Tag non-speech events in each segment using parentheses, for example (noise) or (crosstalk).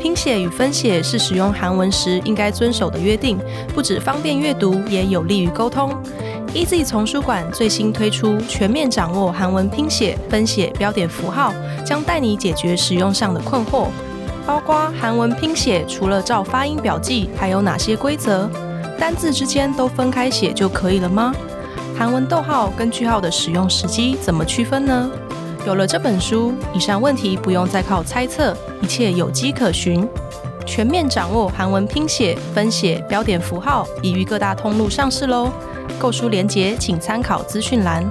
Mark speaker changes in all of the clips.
Speaker 1: 拼写与分写是使用韩文时应该遵守的约定，不只方便阅读，也有利于沟通。EZ 丛书馆最新推出全面掌握韩文拼写、分写、标点符号，将带你解决使用上的困惑，包括韩文拼写除了照发音表记，还有哪些规则？单字之间都分开写就可以了吗？韩文逗号跟句号的使用时机怎么区分呢？有了这本书，以上问题不用再靠猜测，一切有迹可循。全面掌握韩文拼写、分写、标点符号，已于各大通路上市喽。购书链接请参考资讯栏。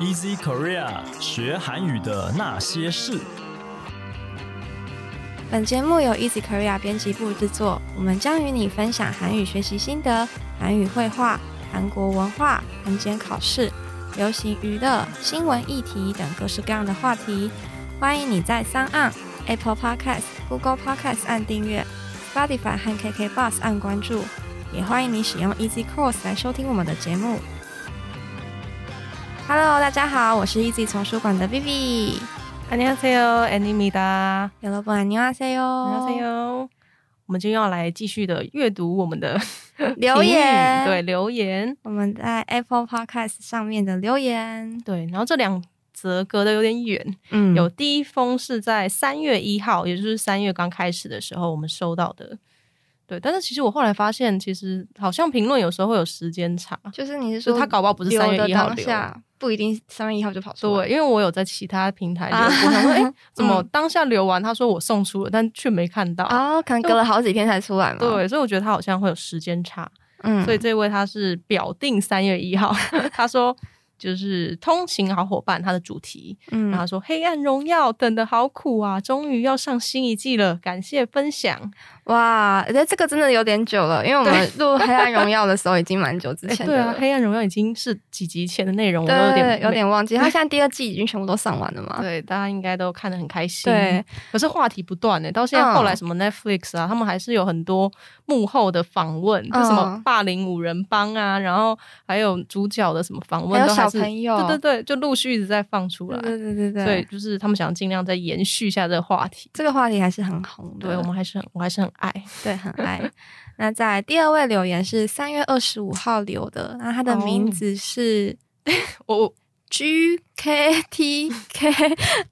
Speaker 2: Easy Korea 学韩语的那些事。
Speaker 3: 本节目由 Easy Korea 编辑部制作，我们将与你分享韩语学习心得、韩语绘画、韩国文化、韩检考试、流行娱乐、新闻议题等各式各样的话题。欢迎你在三岸 Apple Podcast、Google Podcast 按订阅，Spotify 和 KK Bus 按关注，也欢迎你使用 Easy Course 来收听我们的节目。Hello，大家好，我是 Easy 丛书馆的 Vivi。
Speaker 1: 안녕하세요，안녕입니다。
Speaker 3: 여러분 안녕하세요.
Speaker 1: 안녕하세요。我们就要来继续的阅读我们的 (laughs)
Speaker 3: 留
Speaker 1: 评
Speaker 3: 言
Speaker 1: 语对留言，
Speaker 3: 我们在 Apple Podcast 上面的留言，
Speaker 1: 对。然后这两则隔得有点远，
Speaker 3: 嗯
Speaker 1: 有第一封是在三月一号，也就是三月刚开始的时候我们收到的。对，但是其实我后来发现，其实好像评论有时候会有时间差，
Speaker 3: 就是你是
Speaker 1: 就
Speaker 3: 说
Speaker 1: 是他搞不好不是
Speaker 3: 留
Speaker 1: 三
Speaker 3: 的
Speaker 1: 月一号
Speaker 3: 当
Speaker 1: 留，
Speaker 3: 下不一定三月一号就跑出来，
Speaker 1: 对，因为我有在其他平台留
Speaker 3: 啊
Speaker 1: 过，我想说，哎、怎么
Speaker 3: 嗯
Speaker 1: 当下留完，他说我送出了，但却没看到。
Speaker 3: 哦，可能隔了好几天才出来嘛，，
Speaker 1: 对，所以我觉得他好像会有时间差，
Speaker 3: 嗯，
Speaker 1: 所以这位他是表定三月一号， (laughs) 他说就是通勤好伙伴他的主题，
Speaker 3: 嗯
Speaker 1: 然后说黑暗荣耀等的好苦啊，终于要上新一季了，感谢分享。
Speaker 3: 哇，那这个真的有点久了，因为我们录《黑暗荣耀》的时候已经蛮久之
Speaker 1: 哎
Speaker 3: 前的
Speaker 1: 对
Speaker 3: 了
Speaker 1: 啊，。黑暗荣耀已经是几集前的内容，我都
Speaker 3: 对
Speaker 1: 有点
Speaker 3: 有。点
Speaker 1: (laughs)
Speaker 3: 忘记，他现在第二季已经全部都上完了嘛？
Speaker 1: 对，大家应该都看得很开心。
Speaker 3: 对，
Speaker 1: 可是话题不断欸呢、到现在
Speaker 3: 嗯
Speaker 1: 后来什么 Netflix 啊，他们还是有很多幕后的访问，就
Speaker 3: 嗯
Speaker 1: 什么霸凌五人帮啊，然后还有主角的什么访问，
Speaker 3: 还有
Speaker 1: 都还
Speaker 3: 小
Speaker 1: 是
Speaker 3: 朋友
Speaker 1: 对对对，就陆续一直在放出来。
Speaker 3: 对对对对
Speaker 1: 所以，就是他们想尽量再延续一下这个话题。
Speaker 3: 这个话题还是很红的。
Speaker 1: 对我们还是很，我还是很爱。
Speaker 3: 对，很爱。那在第二位留言是三月二十五号留的，那他的名字是
Speaker 1: 哦 (laughs) 我我
Speaker 3: (laughs) G K T K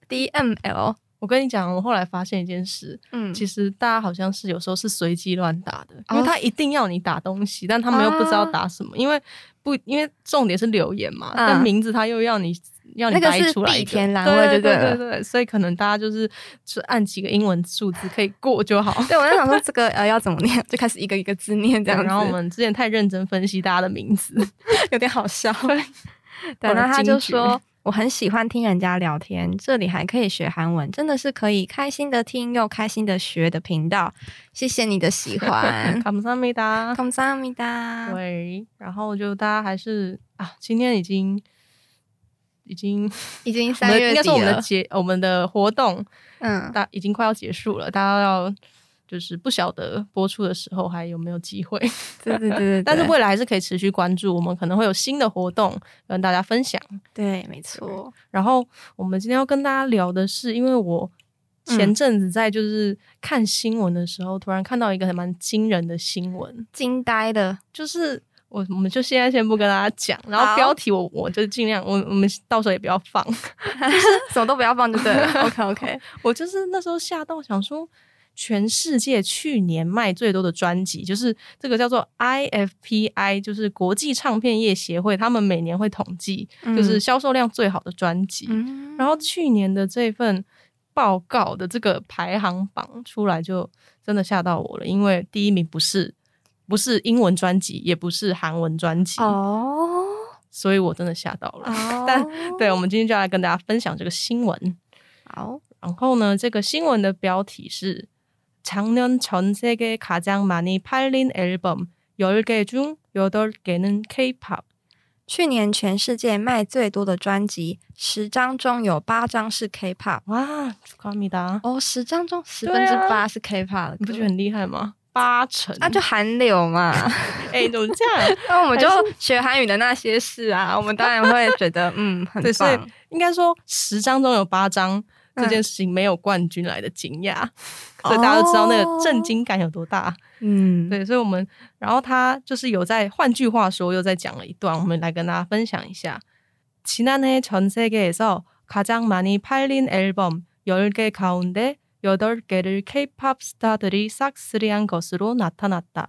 Speaker 3: D M L，
Speaker 1: (laughs) 我跟你讲，我后来发现一件事，
Speaker 3: 嗯，
Speaker 1: 其实大家好像是有时候是随机乱打的，因为
Speaker 3: 哦啊
Speaker 1: 他一定要你打东西，但他们又不知道打什么，因为不因为重点是留言嘛，
Speaker 3: 嗯
Speaker 1: 但名字他又要你要你
Speaker 3: 那个
Speaker 1: 掰
Speaker 3: 是
Speaker 1: 出来一
Speaker 3: 必填栏位
Speaker 1: 对
Speaker 3: 就对
Speaker 1: 对
Speaker 3: 了
Speaker 1: 对对，所以可能大家就是就按几个英文数字可以过就好。
Speaker 3: 对我在想说 (laughs) 这个呃要怎么念，就开始一个一个字念这样子，
Speaker 1: 然后我们之前太认真分析大家的名字，
Speaker 3: 有点好笑。对，
Speaker 1: 我的
Speaker 3: 然后他
Speaker 1: 惊
Speaker 3: 就
Speaker 1: 觉
Speaker 3: 说。我很喜欢听人家聊天，这里还可以学韩文，真的是可以开心的听又开心的学的频道。谢谢你的
Speaker 1: (laughs)
Speaker 3: 喜欢，
Speaker 1: 卡姆萨梅达，
Speaker 3: 감사합니다。
Speaker 1: 对，然后就大家还是啊，今天已经已经
Speaker 3: 已经
Speaker 1: 我们
Speaker 3: 三
Speaker 1: 的
Speaker 3: 月
Speaker 1: 应
Speaker 3: 底
Speaker 1: 该
Speaker 3: 了，
Speaker 1: 是我们的节我们的活动
Speaker 3: 嗯，
Speaker 1: 大已经快要结束了，大家要就是不晓得播出的时候还有没有机会， (laughs)
Speaker 3: 对对对对，
Speaker 1: 但是
Speaker 3: 对
Speaker 1: 未来还是可以持续关注，我们可能会有新的活动跟大家分享。
Speaker 3: 对，没错，
Speaker 1: 然后我们今天要跟大家聊的是，因为我前
Speaker 3: 嗯
Speaker 1: 阵子在就是看新闻的时候，突然看到一个还蛮惊人的新闻，
Speaker 3: 惊呆的，
Speaker 1: 就是。我我们就现在先不跟大家讲，然后
Speaker 3: 好
Speaker 1: 标题我我就尽量我我们到时候也不要放， (laughs)
Speaker 3: 什么都不要放就对了。OK OK，
Speaker 1: 我就是那时候吓到，想说全世界去年卖最多的专辑，就是这个叫做 IFPI，就是国际唱片业协会，他们每年会统计，就是销售量最好的专辑。
Speaker 3: 嗯，
Speaker 1: 然后去年的这份报告的这个排行榜出来，就真的吓到我了，因为第一名不是。不是英文专辑，也不是韩文专辑，
Speaker 3: 哦
Speaker 1: 所以我真的吓到了。(laughs)
Speaker 3: 哦，
Speaker 1: 但对，我们今天就要来跟大家分享这个新闻。
Speaker 3: 好，
Speaker 1: 然后呢，这个新闻的标题是“작년전세계가장많이팔린앨범10개중여덟개는 K-pop”。
Speaker 3: 去年全世界卖最多的专辑，十张中有八张是 K-pop。
Speaker 1: 哇，축하합니다！
Speaker 3: 哦，十张中十
Speaker 1: 对
Speaker 3: 分之
Speaker 1: 啊
Speaker 3: 八是 K-pop，
Speaker 1: 你不觉得很厉害吗？八成
Speaker 3: 那、啊就韩
Speaker 1: (laughs)
Speaker 3: 流嘛。
Speaker 1: 哎、怎么这样？
Speaker 3: 那我们就学韩语的那些事啊，我们当然会觉得嗯 (laughs) 很
Speaker 1: 对，所以
Speaker 3: 棒。
Speaker 1: 应该说十张中有八张
Speaker 3: 嗯
Speaker 1: 这件事情没有冠军来的惊讶，所以大家都知道那
Speaker 3: 哦
Speaker 1: 个震惊感有多大。
Speaker 3: 嗯，
Speaker 1: 对，所以我们然后他就是有在，换句话说又再讲了一段，我们来跟大家分享一下。지난해전세계에서가장많이팔린앨범10개가운데8개를 K-pop 스타들이 싹쓸이한 것으로 나타났다.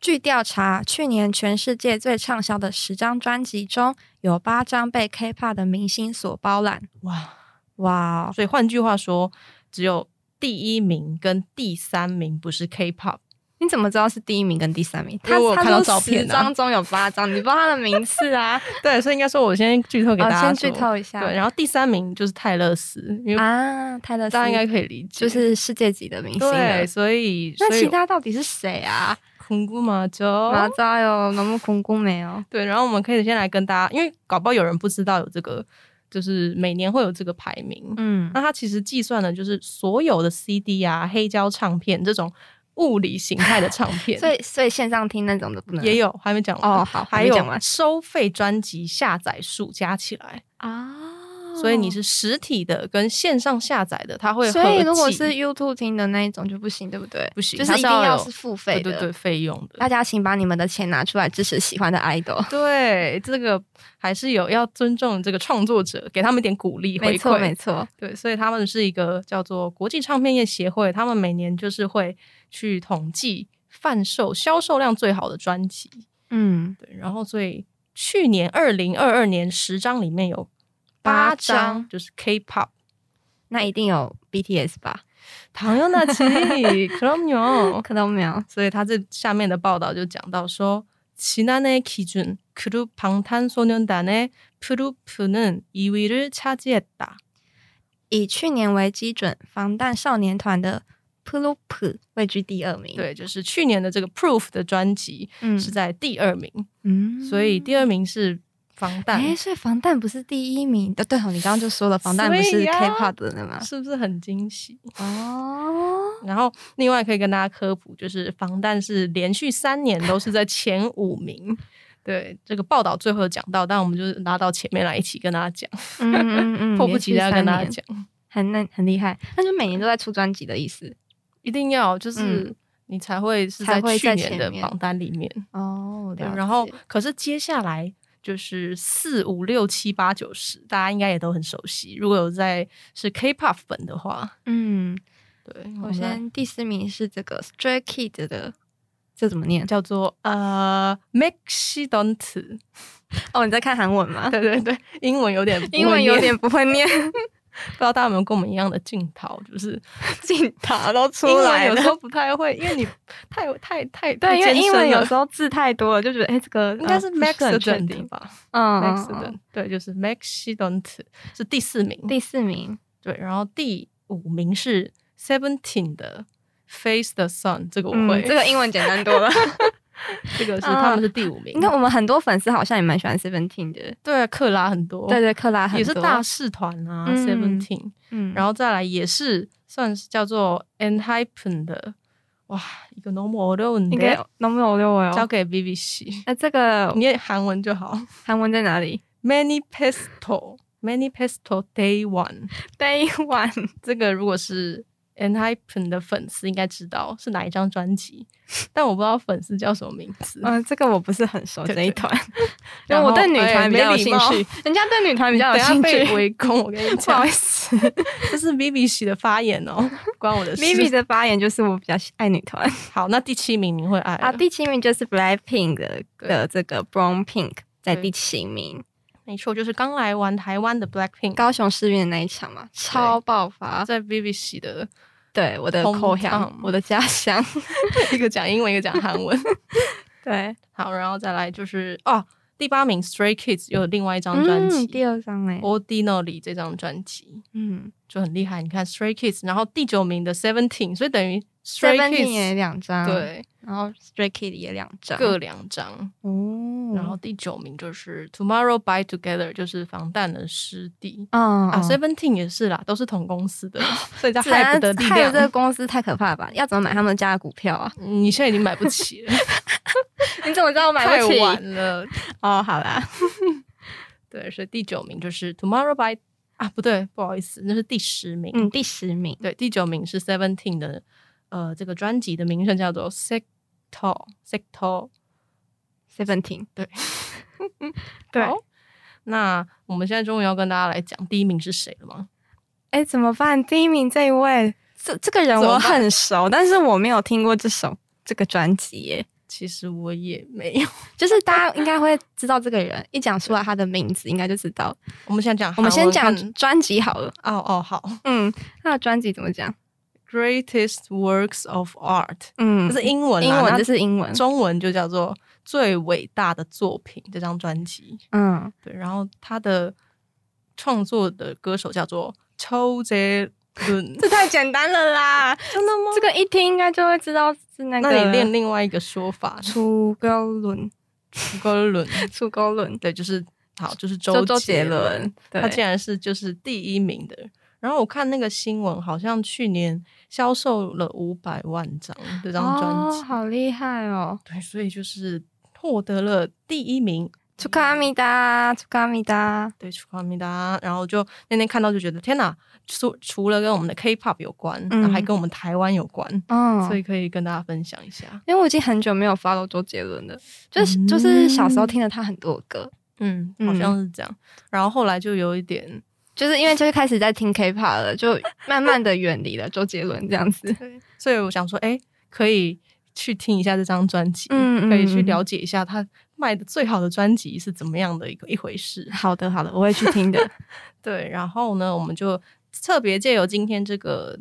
Speaker 3: 据调查，去年全世界最畅销的十张专辑中，有八张被 K-pop 的明星所包揽。
Speaker 1: 哇，
Speaker 3: 哇哦，
Speaker 1: 所以换句话说，只有第一名跟第三名不是
Speaker 3: (laughs)
Speaker 1: K-pop，
Speaker 3: 你怎么知道是第一名跟第三名？
Speaker 1: 因为我有
Speaker 3: 他
Speaker 1: 看到
Speaker 3: 他说
Speaker 1: 照片啊
Speaker 3: 十张中有八张，你不知道他的名次 (laughs) 啊？
Speaker 1: 对，所以应该说我先剧透给大
Speaker 3: 哦，
Speaker 1: 家、
Speaker 3: 先剧透一下。
Speaker 1: 对，然后第三名就是泰勒斯，因为大
Speaker 3: 啊，泰勒斯
Speaker 1: 家应该可以理解，
Speaker 3: 就是世界级的明星了
Speaker 1: 对，。所以
Speaker 3: 那
Speaker 1: 所以
Speaker 3: 其他到底是谁啊？
Speaker 1: 恐怖麻椒，
Speaker 3: 马扎有那么空空没有？
Speaker 1: 对，然后我们可以先来跟大家，因为搞不好有人不知道有这个，就是每年会有这个排名。
Speaker 3: 嗯
Speaker 1: 那它其实计算的就是所有的 CD 啊、黑胶唱片这种物理形态的唱片，
Speaker 3: (laughs) 所以所以线上听那种的不能
Speaker 1: 也有还没讲完
Speaker 3: 哦好还
Speaker 1: 还
Speaker 3: 没
Speaker 1: 有
Speaker 3: 讲完
Speaker 1: 收费专辑下载数加起来，
Speaker 3: 啊。
Speaker 1: 所以你是实体的跟线上下载的，它会合计。
Speaker 3: 所以如果是 YouTube 听的那一种就不行，对不对？
Speaker 1: 不行
Speaker 3: 就是
Speaker 1: 它
Speaker 3: 一
Speaker 1: 是
Speaker 3: 定
Speaker 1: 要
Speaker 3: 要
Speaker 1: 有
Speaker 3: 是付
Speaker 1: 对
Speaker 3: 费的。
Speaker 1: 对对费用的，
Speaker 3: 大家请把你们的钱拿出来支持喜欢的 idol。
Speaker 1: 对这个还是有要尊重这个创作者，给他们一点鼓励回
Speaker 3: 没错
Speaker 1: 馈，
Speaker 3: 没错，
Speaker 1: 对，所以他们是一个叫做国际唱片业协会，他们每年就是会去统计贩售销售量最好的专辑。
Speaker 3: 嗯，
Speaker 1: 对，然后所以去年二零二二年十张里面有
Speaker 3: 八
Speaker 1: 八张
Speaker 3: 张
Speaker 1: 就是 K-pop。
Speaker 3: 那一定有 BTS 吧？
Speaker 1: 唐又那奇 (laughs) c r o m y
Speaker 3: 可能没有。
Speaker 1: 所以他这下面的报道就讲到说，지난해기준그룹방탄소년단의프루프는2위를차지했다。
Speaker 3: 以去年为基准，防弹少年团的 Plup 位居第二名。，
Speaker 1: 对，就是去年的这个 Proof 的专辑
Speaker 3: 嗯
Speaker 1: 是在第二名。
Speaker 3: 嗯
Speaker 1: 所以第二名是防弹，
Speaker 3: 哎，所以防弹不是第一名的，对哦，你刚刚就说了，防弹不
Speaker 1: 所
Speaker 3: 是
Speaker 1: 以啊
Speaker 3: K-pop 的了吗？
Speaker 1: 是不是很惊喜？
Speaker 3: 哦，
Speaker 1: 然后另外可以跟大家科普，就是防弹是连续三年都是在前五
Speaker 3: (laughs)
Speaker 1: 名。对这个报道最后有讲到，但我们就是拉到前面来一起跟大家讲，
Speaker 3: 嗯嗯嗯，
Speaker 1: 迫不及待要跟大
Speaker 3: 大
Speaker 1: 家
Speaker 3: 家讲，
Speaker 1: 讲，
Speaker 3: 很那很厉害，那就每年都在出专辑的意思
Speaker 1: 一定要就是
Speaker 3: 嗯
Speaker 1: 你才会是
Speaker 3: 才
Speaker 1: 在
Speaker 3: 会
Speaker 1: 去
Speaker 3: 在
Speaker 1: 年的
Speaker 3: 前面
Speaker 1: 榜单里面。
Speaker 3: 哦。
Speaker 1: 对
Speaker 3: 了，解
Speaker 1: 然后可是接下来就是四五六七八九十，大家应该也都很熟悉。如果有在是 K-pop 粉的话，
Speaker 3: 嗯，
Speaker 1: 对，
Speaker 3: 我
Speaker 1: 们来
Speaker 3: 先第四名是这个 Stray Kid 的，这怎么念？
Speaker 1: 叫做呃 m a x i d o n t
Speaker 3: 哦，你在看韩文吗？
Speaker 1: 对对对，英文有点不会念，
Speaker 3: 英文有点不会念，
Speaker 1: 不知道大家有没有跟我们一样的镜头，就是
Speaker 3: 镜头都
Speaker 1: 英
Speaker 3: 出
Speaker 1: 文
Speaker 3: 来
Speaker 1: 有时
Speaker 3: 了。
Speaker 1: 候不太会，因为你太太太
Speaker 3: 对，因为英文有时
Speaker 1: 候
Speaker 3: 候字太多了，就觉得哎，这个
Speaker 1: 啊应该是 m a x
Speaker 3: 很
Speaker 1: i d
Speaker 3: 确
Speaker 1: o n
Speaker 3: 定
Speaker 1: t 吧
Speaker 3: 嗯
Speaker 1: m a
Speaker 3: 嗯
Speaker 1: x i
Speaker 3: 嗯
Speaker 1: d o n t 对，就是 m a x i d o n t 是第四名，
Speaker 3: 第四名，
Speaker 1: 对，然后第五名是 Seventeen 的 Face the Sun，这个我会，
Speaker 3: 嗯，这个英文简单多了。
Speaker 1: (laughs) 这个是
Speaker 3: 啊
Speaker 1: 他们是第五名
Speaker 3: 你，看，我们很多粉丝好像也蛮喜欢 Seventeen 的，
Speaker 1: 对，啊克拉很多，
Speaker 3: 对对，克拉很
Speaker 1: 哦也是
Speaker 3: 多
Speaker 1: 大，势团啊
Speaker 3: 嗯
Speaker 1: ，Seventeen。
Speaker 3: 嗯，
Speaker 1: 然后再来也是算是叫做 Enhypen 的，哇，一个 Normal Alone
Speaker 3: 应该
Speaker 1: 的，
Speaker 3: 能不能有六位
Speaker 1: 交
Speaker 3: 哦？
Speaker 1: 给 BBC，
Speaker 3: 那这个
Speaker 1: (laughs) 你也韩文就好。
Speaker 3: 韩文在哪里
Speaker 1: Manifesto Manifesto Day One，
Speaker 3: ？Day (laughs) One
Speaker 1: 这个如果是 Enhypen 的粉丝应该知道是哪一张专辑，但我不知道粉丝叫什么名字。
Speaker 3: 嗯，这个我不是很熟
Speaker 1: 对
Speaker 3: 这
Speaker 1: 对
Speaker 3: 一团，因
Speaker 1: 然
Speaker 3: 为
Speaker 1: 后
Speaker 3: 我对女团比较有兴
Speaker 1: 哎没礼
Speaker 3: 趣，人家对女团 (laughs) 比较
Speaker 1: 等
Speaker 3: 有
Speaker 1: 下
Speaker 3: 兴
Speaker 1: 被
Speaker 3: 趣。
Speaker 1: 围攻，我跟你
Speaker 3: 不好
Speaker 1: 讲
Speaker 3: (laughs) 意，
Speaker 1: (laughs)
Speaker 3: 思
Speaker 1: 这是 BBC 的发言哦，不关我的事。
Speaker 3: ，Vivi 的发言就是我比较爱女团
Speaker 1: 好，那第七名你会爱
Speaker 3: 啊。
Speaker 1: 了
Speaker 3: 第七名就是 Blackpink 的
Speaker 1: 哎对
Speaker 3: 的这个 Brown Pink 在
Speaker 1: 对
Speaker 3: 第七名，
Speaker 1: 没错，就是刚来完台湾的 Blackpink，
Speaker 3: 高雄世运的那一场嘛，超爆发。
Speaker 1: 在 BBC 的
Speaker 3: 对我的
Speaker 1: Hometown
Speaker 3: 口乡，我的家
Speaker 1: (laughs)
Speaker 3: 乡。
Speaker 1: 一个讲英文，一个讲韩文。 (laughs)
Speaker 3: 对，
Speaker 1: 好，然后再来就是哦，第八名 Stray Kids 有另外一张专辑
Speaker 3: 嗯，第二张哎，
Speaker 1: Ordinary 这张专辑
Speaker 3: 嗯
Speaker 1: 就很厉害。你看 Stray Kids，然后第九名的 Seventeen，所以等于 Stray
Speaker 3: ，Seventeen 也
Speaker 1: Kids
Speaker 3: 两张，，
Speaker 1: 对
Speaker 3: 然后 Stray Kid 也两张，
Speaker 1: 各两张。
Speaker 3: 哦，
Speaker 1: 然后第九名就是 Tomorrow by Together，就是防弹的师弟。
Speaker 3: 嗯
Speaker 1: 啊，Seventeen 也是啦，都是同公司的， (laughs) 所以叫
Speaker 3: 哦自然
Speaker 1: Hype 的力量。
Speaker 3: 这个公司太可怕了吧？要怎么买他们家的股票
Speaker 1: (laughs)
Speaker 3: 啊？
Speaker 1: 嗯你现在已经买不起了，
Speaker 3: 你怎么知道我 (laughs) 买
Speaker 1: 太
Speaker 3: 不起？
Speaker 1: 晚了。
Speaker 3: 哦，好啦，
Speaker 1: 对，所以第九名就是 Tomorrow by 啊，不对，不好意思，那是第十名。
Speaker 3: 嗯，第十名，
Speaker 1: 对，第九名是 Seventeen 的，呃，这个专辑的名称叫做 Sector Sector。
Speaker 3: Seventeen，
Speaker 1: 对 (laughs)
Speaker 3: 对，
Speaker 1: 好那我们现在终于要跟大家来讲第一名是谁了吗？
Speaker 3: 哎、怎么办？第一名这一位，这这个人
Speaker 1: 怎么
Speaker 3: 我
Speaker 1: 办
Speaker 3: 很熟，但是我没有听过这首这个专辑耶。
Speaker 1: 其实我也没有。
Speaker 3: 就是大家应该会知道这个人，一讲出来他的名字，应该就知道。
Speaker 1: 我们先讲韩文，
Speaker 3: 我们先讲
Speaker 1: 看
Speaker 3: 专辑好了。
Speaker 1: 哦哦好
Speaker 3: 嗯，他的专辑怎么讲？
Speaker 1: ，Greatest Works of Art，
Speaker 3: 嗯
Speaker 1: 这是英文啦，啊
Speaker 3: 英文，
Speaker 1: 那
Speaker 3: 这是英文。
Speaker 1: 中文就叫做最伟大的作品这张专辑。
Speaker 3: 嗯，
Speaker 1: 对，然后他的创作的歌手叫做抽杰
Speaker 3: (laughs)
Speaker 1: 伦，
Speaker 3: 这太简单了啦，
Speaker 1: 真的吗？
Speaker 3: 这个一听应该就会知道是那个。
Speaker 1: 那你练另外一个说 (laughs) 法，
Speaker 3: 楚高伦，
Speaker 1: 周伦，
Speaker 3: 楚高伦，
Speaker 1: 对，就是好，就是
Speaker 3: 周
Speaker 1: 周
Speaker 3: 周杰
Speaker 1: 杰
Speaker 3: 伦，对
Speaker 1: 他竟然是就是第一名的。然后我看那个新闻，好像去年销售了五百万张这张专辑，
Speaker 3: 哦，好厉害哦！
Speaker 1: 对，所以就是获得了第一名。
Speaker 3: 楚卡米达，楚卡米达，
Speaker 1: 对，楚康米达，然后就那天看到就觉得天哪，除除了跟我们的 K-pop 有关，
Speaker 3: 嗯
Speaker 1: 然后还跟我们台湾有关，
Speaker 3: 嗯，
Speaker 1: 所以可以跟大家分享一下。
Speaker 3: 因为我已经很久没有 follow 周杰伦了，就是、
Speaker 1: 嗯
Speaker 3: 就是小时候听了他很多歌，
Speaker 1: 嗯，好像是这样。然后后来就有一点，
Speaker 3: 就是因为就是开始在听 K-pop 了，就慢慢的远离了周杰伦这样子。
Speaker 1: 所以我想说，哎、可以去听一下这张专辑，
Speaker 3: 嗯嗯
Speaker 1: 可以去
Speaker 3: 嗯
Speaker 1: 了解一下他卖的最好的专辑是怎么样的一个一回事。
Speaker 3: (laughs) 好的，好的，我会去听的。
Speaker 1: 对，然后呢，我们就特别借由今天这个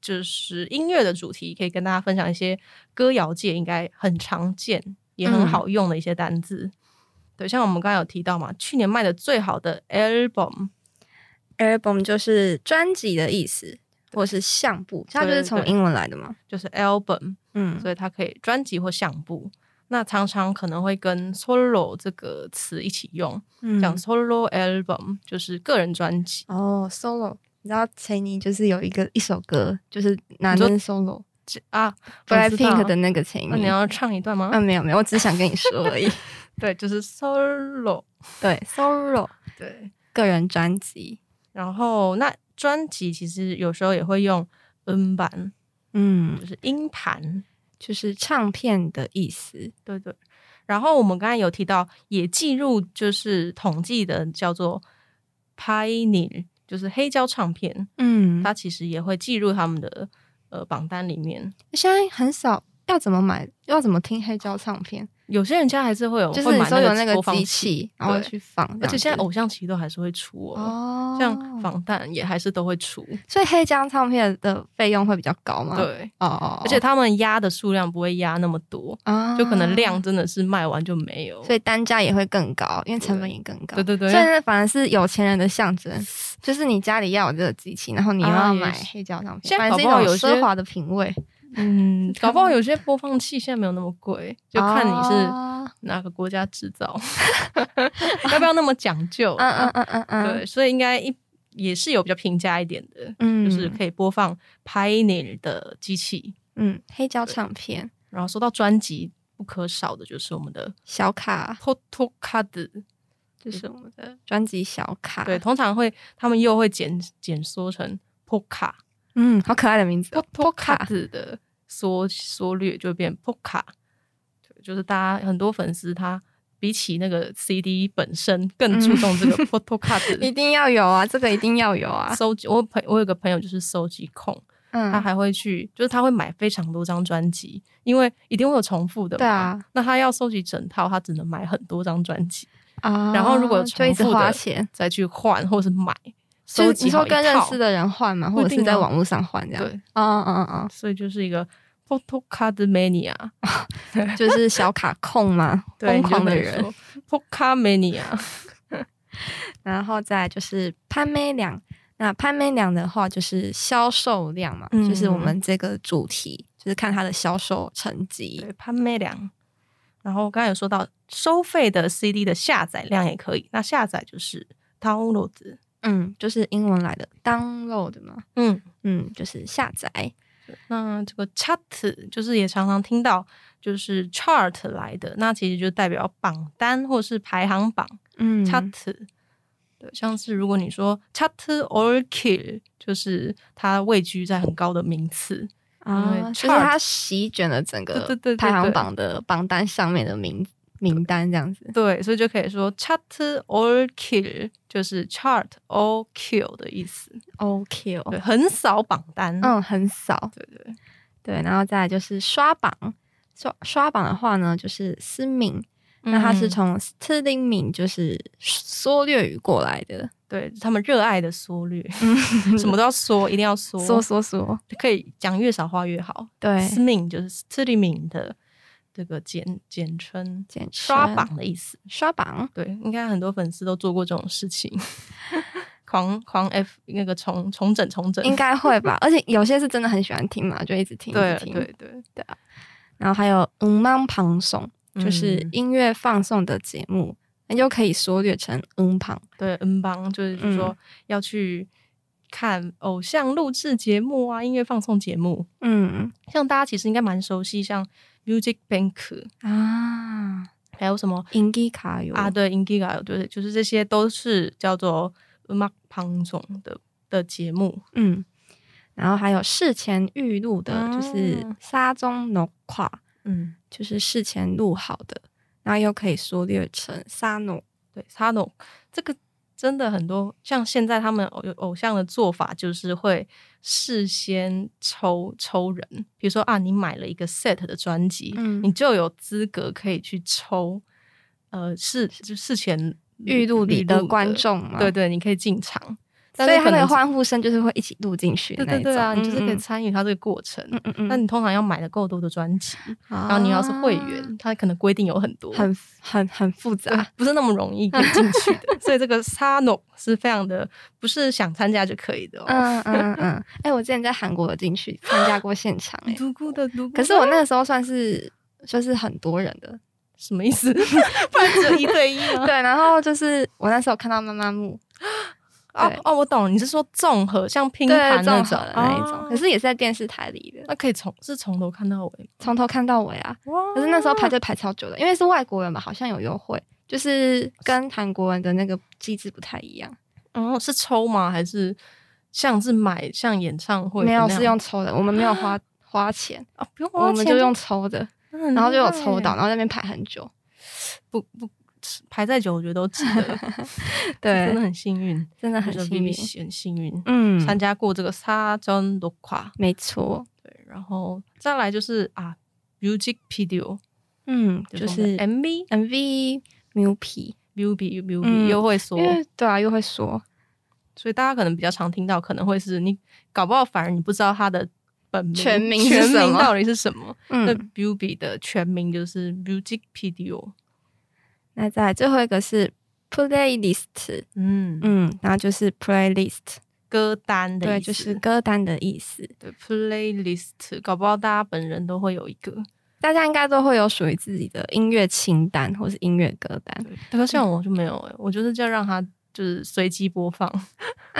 Speaker 1: 就是音乐的主题，可以跟大家分享一些歌谣界应该很常见也
Speaker 3: 嗯
Speaker 1: 很好用的一些单字。对，像我们刚刚有提到嘛，去年卖的最好的 album，
Speaker 3: (laughs) album 就是专辑的意思，或是相簿，它就是从
Speaker 1: 对对
Speaker 3: 英文来的嘛。
Speaker 1: 就是 album，
Speaker 3: 嗯，
Speaker 1: 所以它可以专辑或相簿。那常常可能会跟 solo 这个词一起用，
Speaker 3: 嗯
Speaker 1: 讲 solo album 就是个人专辑。
Speaker 3: 哦，solo，你知道陈妮就是有一个一首歌，就是男
Speaker 1: 你说
Speaker 3: 人 solo
Speaker 1: 这啊
Speaker 3: Blackpink 的
Speaker 1: 那
Speaker 3: 那个陈
Speaker 1: 那
Speaker 3: 妮
Speaker 1: 你。要唱一段吗？
Speaker 3: 嗯，没有没有，我只是想跟你说而已。
Speaker 1: 对，就是 solo，
Speaker 3: (laughs) 对，solo
Speaker 1: 对。
Speaker 3: 个人专辑，
Speaker 1: 然后那专辑其实有时候也会用 N 版，
Speaker 3: 嗯
Speaker 1: 就，是音盘，
Speaker 3: 就是唱片的意思。
Speaker 1: 对对。然后我们刚才有提到，也计入就是统计的叫做 Pioneer，就是黑胶唱片，
Speaker 3: 嗯，
Speaker 1: 它其实也会计入他们的呃榜单里面。
Speaker 3: 现在很少要怎么买，要怎么听黑胶唱片，
Speaker 1: 有些人家还是会有，
Speaker 3: 就是
Speaker 1: 会
Speaker 3: 你
Speaker 1: 买
Speaker 3: 说有那
Speaker 1: 个
Speaker 3: 个
Speaker 1: 播放
Speaker 3: 机，器，然后
Speaker 1: 对
Speaker 3: 去放。
Speaker 1: 而且现在
Speaker 3: 这样
Speaker 1: 偶像其实都还是会出
Speaker 3: 子
Speaker 1: 哦，
Speaker 3: 哦，
Speaker 1: 像防弹也还是都会出，
Speaker 3: 所以黑胶唱片的费用会比较高嘛？，
Speaker 1: 对，
Speaker 3: 哦哦，
Speaker 1: 而且他们压的数量不会压那么多，
Speaker 3: 啊
Speaker 1: 就可能量真的是卖完就没有，
Speaker 3: 所以单价也会更高，因为成本也更高。
Speaker 1: 对对对
Speaker 3: 所以那反而是有钱人的象征，
Speaker 1: (laughs)
Speaker 3: 就是你家里要有这个机器，然后你又
Speaker 1: 啊
Speaker 3: 要
Speaker 1: 也
Speaker 3: 买
Speaker 1: 是
Speaker 3: 黑胶唱片，
Speaker 1: 现在
Speaker 3: 反而是一
Speaker 1: 搞不好
Speaker 3: 种
Speaker 1: 有些
Speaker 3: 奢华的品味。 (laughs)
Speaker 1: 嗯，搞不好有些播放器现在没有那么贵，就看你是
Speaker 3: 哦
Speaker 1: 哪个国家制造， (laughs) 要不要那么讲究
Speaker 3: 嗯
Speaker 1: 啊、
Speaker 3: 嗯嗯嗯嗯，
Speaker 1: 对，所以应该一也是有比较平价一点的，
Speaker 3: 嗯，
Speaker 1: 就是可以播放 Pioneer 的机器。
Speaker 3: 嗯黑胶唱片
Speaker 1: 然后说到专辑，不可少的就是我们的
Speaker 3: 小卡，
Speaker 1: p o t o c a d
Speaker 3: 就是我们的专辑小卡。
Speaker 1: 对，，通常会他们又会简简缩成 Poca
Speaker 3: 嗯，好可爱的名字
Speaker 1: p
Speaker 3: 哦
Speaker 1: o t o c a d 的缩缩略就会变 Poca，对就是大家很多粉丝他比起那个 CD 本身更
Speaker 3: 嗯
Speaker 1: 注重这
Speaker 3: (laughs)
Speaker 1: 个 p o t o c a d
Speaker 3: 一定要
Speaker 1: (laughs)
Speaker 3: 有啊，这个一定要有啊。
Speaker 1: 收集。我朋我有个朋友就是收集控，他
Speaker 3: 嗯，
Speaker 1: 啊还会去，就是他会买非常多张专辑，因为一定会有重复的嘛。
Speaker 3: 对啊，
Speaker 1: 那他要收集整套，他只能买很多张专辑，
Speaker 3: 啊
Speaker 1: 然后如果有
Speaker 3: 就
Speaker 1: 重
Speaker 3: 一直
Speaker 1: 复
Speaker 3: 花
Speaker 1: 的
Speaker 3: 钱，
Speaker 1: 再去换或是买。收
Speaker 3: 嗯就是
Speaker 1: 集
Speaker 3: 你
Speaker 1: 好
Speaker 3: 说
Speaker 1: 一
Speaker 3: 跟认
Speaker 1: 套
Speaker 3: 识的人换嘛，
Speaker 1: 不一
Speaker 3: 或者
Speaker 1: 定
Speaker 3: 是
Speaker 1: 啊
Speaker 3: 在网络上换这样。
Speaker 1: 对，
Speaker 3: 嗯嗯嗯
Speaker 1: 所以就是一个 p o t o c a d mania，
Speaker 3: 嗯，就是小卡
Speaker 1: (laughs)
Speaker 3: 控嘛，疯狂的人。 (laughs)
Speaker 1: p o c a mania。
Speaker 3: 然后再来就是潘妹量，那潘妹量的话就是销售量嘛，
Speaker 1: 嗯
Speaker 3: 就是我们这个主题，就是看它的销售成绩
Speaker 1: 对，。潘美良。然后刚才有说到收费的 CD 的下载量也可以，那下载就是 download，
Speaker 3: 嗯，就是英文来的 download 嘛，
Speaker 1: 嗯，
Speaker 3: 嗯，就是下载。
Speaker 1: 那这个 chart 就是也常常听到，就是 chart 来的，那其实就代表榜单或是排行榜、
Speaker 3: 嗯
Speaker 1: chart。对，像是如果你说 chart or kill，就是它位居在很高的名次。因
Speaker 3: 啊，
Speaker 1: 为
Speaker 3: 就是
Speaker 1: chart-
Speaker 3: 它席卷了整
Speaker 1: 对对对
Speaker 3: 个
Speaker 1: 对
Speaker 3: 排行
Speaker 1: 对
Speaker 3: 榜的榜单上面的名名单，这样子。
Speaker 1: 对，所以就可以说 chart or kill，就是 chart or kill 的意思。
Speaker 3: OK，哦
Speaker 1: 对，横扫榜单。
Speaker 3: 嗯，很少。
Speaker 1: 对对，
Speaker 3: 对，然后再来就是刷榜，刷刷榜的话呢，就是思敏，那它是
Speaker 1: 嗯
Speaker 3: 从 Stirling 敏就是缩略语过来的，
Speaker 1: 对他们热爱的缩略， (laughs) 什么都要缩，一定要缩，
Speaker 3: 嗯缩缩缩。
Speaker 1: 可以讲越少话越好。
Speaker 3: 对，
Speaker 1: s m i n 就是 streaming 的这个简简称，
Speaker 3: 简称
Speaker 1: 刷榜的意思。
Speaker 3: 刷榜。
Speaker 1: 对，应该很多粉丝都做过这种事情， (laughs) 狂狂 F 那个重重整重整，
Speaker 3: 应该会吧，而且有些是真的很喜欢听嘛，就一直听，一
Speaker 1: 对
Speaker 3: 直听。
Speaker 1: 对对，
Speaker 3: 然后还有嗯邦旁送，就是
Speaker 1: 嗯
Speaker 3: 音乐放送的节目，那就可以缩略成嗯旁。
Speaker 1: 对 N 帮就是说
Speaker 3: 嗯
Speaker 1: 要去看偶像录制节目啊，音乐放送节目，
Speaker 3: 嗯
Speaker 1: 像大家其实应该蛮熟悉，像 Music Bank，
Speaker 3: 啊，
Speaker 1: 还有什么
Speaker 3: 音基卡有
Speaker 1: 啊，对 i n g i g a 对，就是这些都是叫做 m a k p a n 总的的节目。
Speaker 3: 嗯，然后还有事前预录的，就是
Speaker 1: 嗯
Speaker 3: 沙中农跨，
Speaker 1: 嗯，
Speaker 3: 就是事前录好的，然后又可以缩略成沙农。
Speaker 1: 对 s a n o 这个真的很多，像现在他们偶有偶像的做法就是会事先抽抽人，比如说啊，你买了一个 set 的专辑，
Speaker 3: 嗯
Speaker 1: 你就有资格可以去抽，呃，事就事前
Speaker 3: 预录里的观，众嘛，
Speaker 1: 对，对，你可以进场。但
Speaker 3: 所以
Speaker 1: 是
Speaker 3: 他
Speaker 1: 可
Speaker 3: 的
Speaker 1: 能
Speaker 3: 欢呼声就是会一起录进去的
Speaker 1: 对
Speaker 3: 那一
Speaker 1: 对
Speaker 3: 种，
Speaker 1: 对啊，你就是可以
Speaker 3: 嗯
Speaker 1: 参与他这个过程。
Speaker 3: 嗯嗯嗯，
Speaker 1: 那你通常要买的够多的专辑，
Speaker 3: 然
Speaker 1: 然后你要是会员，它可能规定有很多，
Speaker 3: 啊很很很复
Speaker 1: 对
Speaker 3: 杂，
Speaker 1: 啊不是那么容易可以进去 (laughs) 的。所以这个 Sano 是非常的，不是想参加就可以的哦。
Speaker 3: 嗯嗯嗯嗯， (laughs) 哎、我之前在韩国有进去参加过现场、哎，
Speaker 1: 独孤的独孤的，
Speaker 3: 可是我那个时候算是就是很多人的，
Speaker 1: 什么意思？ (laughs) 不然只有一 (laughs) 对一吗？
Speaker 3: 对，然后就是我那时候看到妈妈木，
Speaker 1: 哦
Speaker 3: 对
Speaker 1: 哦，我懂了，你是说综合像拼
Speaker 3: 对，
Speaker 1: 盘
Speaker 3: 综
Speaker 1: 那
Speaker 3: 合
Speaker 1: 种哦
Speaker 3: 的那一种，哦可
Speaker 1: 是
Speaker 3: 是也是在电视台里的，
Speaker 1: 那可以从是从头看到尾。
Speaker 3: 从头看到尾啊。
Speaker 1: 哇
Speaker 3: 可是那时候排队排超久的，因为是外国人嘛，好像有优惠，就是跟韩国人的那个机制不太一样，
Speaker 1: 哦是抽吗？还是像是买像演唱会
Speaker 3: 没有
Speaker 1: 那样
Speaker 3: 是用抽的，我们没有 (gasps) 花花钱，
Speaker 1: 啊不用花
Speaker 3: 我们
Speaker 1: 钱
Speaker 3: 就用，抽的，
Speaker 1: 然
Speaker 3: 然后就有抽到，然后在那边排很久，
Speaker 1: 不不排再久，我觉得都值 (laughs) 得。 (laughs) 真
Speaker 3: 对
Speaker 1: 的，很幸运，
Speaker 3: 真的很
Speaker 1: 就是
Speaker 3: 幸运
Speaker 1: BBC 很幸运，
Speaker 3: 嗯，
Speaker 1: 参加过这个沙珍多跨，
Speaker 3: 没错，
Speaker 1: 对，然后再来就是啊，music video，
Speaker 3: 嗯，就
Speaker 1: 我们
Speaker 3: 是
Speaker 1: 的 MV、
Speaker 3: MV MUP，
Speaker 1: MV、MV
Speaker 3: 嗯
Speaker 1: 又会说
Speaker 3: 因，为对啊，又会说，
Speaker 1: 所以大家可能比较常听到，可能会是你搞不好反而你不知道他的本名
Speaker 3: 全名是
Speaker 1: 全
Speaker 3: 什
Speaker 1: 名
Speaker 3: 么
Speaker 1: 到底是什么。那
Speaker 3: 嗯，
Speaker 1: MV 的全名就是 music video，
Speaker 3: 那再来最后一个是 playlist，
Speaker 1: 嗯，
Speaker 3: 嗯，然后就是 playlist，
Speaker 1: 歌单的
Speaker 3: 对，
Speaker 1: 意思
Speaker 3: 就是歌单的意思。
Speaker 1: 对 playlist，搞不好大家本人都会有一个。
Speaker 3: 大家应该都会有属于自己的音乐清单或是音乐歌单
Speaker 1: 对，可是像我就没有哎、我就是就让它就是随机播放。
Speaker 3: 啊。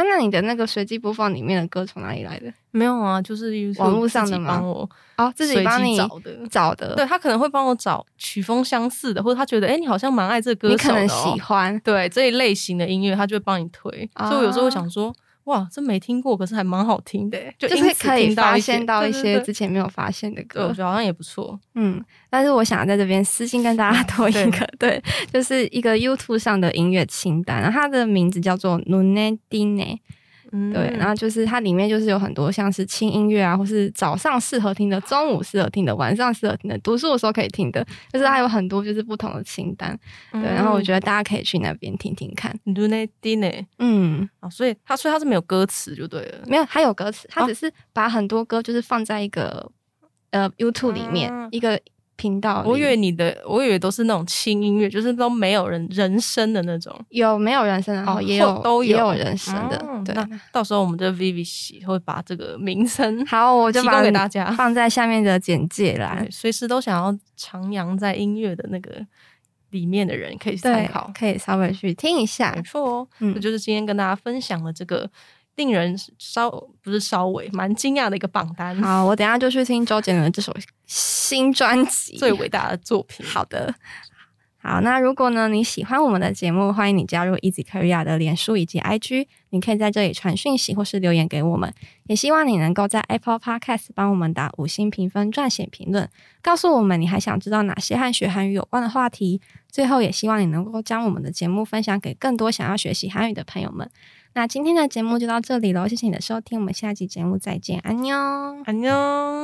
Speaker 3: 那你的那个随机播放里面的歌从哪里来的？
Speaker 1: 没有啊，就是
Speaker 3: 网络上的吗
Speaker 1: 帮我
Speaker 3: 哦，自己
Speaker 1: 随
Speaker 3: 帮
Speaker 1: 机
Speaker 3: 你
Speaker 1: 找的。
Speaker 3: 找的，
Speaker 1: 对他可能会帮我找曲风相似的，或者他觉得哎、诶你好像蛮爱这个歌
Speaker 3: 你
Speaker 1: 手的、
Speaker 3: 可
Speaker 1: 哦，
Speaker 3: 能喜欢。
Speaker 1: 对这一类型的音乐，他就会帮你推。
Speaker 3: 啊
Speaker 1: 所以我有时候会想说，哇，这没听过，可是还蛮好听的，就
Speaker 3: 就
Speaker 1: 因
Speaker 3: 是
Speaker 1: 此
Speaker 3: 可以
Speaker 1: 听到
Speaker 3: 发
Speaker 1: 一
Speaker 3: 现
Speaker 1: 些
Speaker 3: 到一
Speaker 1: 对
Speaker 3: 些
Speaker 1: 对
Speaker 3: 之
Speaker 1: 对
Speaker 3: 前没有发现的
Speaker 1: 对，我
Speaker 3: 歌
Speaker 1: 觉，得好像也不错。
Speaker 3: 嗯，但是我想在这边私信跟大家推一个， (laughs) 对，就是一个 YouTube 上的音乐清单，然后它的名字叫做 Nune Dine，
Speaker 1: 嗯，
Speaker 3: 对，然后就是它里面就是有很多像是轻音乐啊，或是早上适合听的、中午适合听的、晚上适合听的、读书的时候可以听的，就是它有很多就是不同的清单，对，
Speaker 1: 嗯
Speaker 3: 然后我觉得大家可以去那边听听看，
Speaker 1: 你 do 那 d i n e
Speaker 3: 嗯，
Speaker 1: 嗯啊，所以他所以他是没有歌词就对了。
Speaker 3: 没有，它有歌词，它
Speaker 1: 哦
Speaker 3: 只是把很多歌就是放在一个、呃 YouTube 里面、
Speaker 1: 嗯
Speaker 3: 一个频道里。
Speaker 1: 我以为你的，我以为都是那种轻音乐，就是都没有人人声的那种。
Speaker 3: 有没有人声，然后
Speaker 1: 哦
Speaker 3: 也
Speaker 1: 后
Speaker 3: 有
Speaker 1: 都
Speaker 3: 也
Speaker 1: 有
Speaker 3: 有人声的
Speaker 1: 哦，
Speaker 3: 对。
Speaker 1: 那到时候我们的 Vivi 喜会把这个名声
Speaker 3: 好，我就
Speaker 1: 提
Speaker 3: 把
Speaker 1: 供给大家，
Speaker 3: 放在下面的简介啦
Speaker 1: 对，随时都想要徜徉在音乐的那个里面的人可以参
Speaker 3: 对
Speaker 1: 考，。
Speaker 3: 可以稍微去听一下
Speaker 1: 没。错哦，
Speaker 3: 嗯
Speaker 1: 这就是今天跟大家分享的这个令人稍不是稍微蛮惊讶的一个榜单，
Speaker 3: 好，我等一下就去听周杰伦的这首新专辑。
Speaker 1: 最伟大的作品。
Speaker 3: 好的。好，那如果呢你喜欢我们的节目，欢迎你加入 Easy Korea 的脸书以及 IG，你可以在这里传讯息或是留言给我们。也希望你能够在 Apple Podcast 帮我们打五星评分、撰写评论，告诉我们你还想知道哪些和学韩语有关的话题。最后，也希望你能够将我们的节目分享给更多想要学习韩语的朋友们。那今天的节目就到这里喽，谢谢你的收听，我们下期节目再见，安妞。
Speaker 1: 安妞。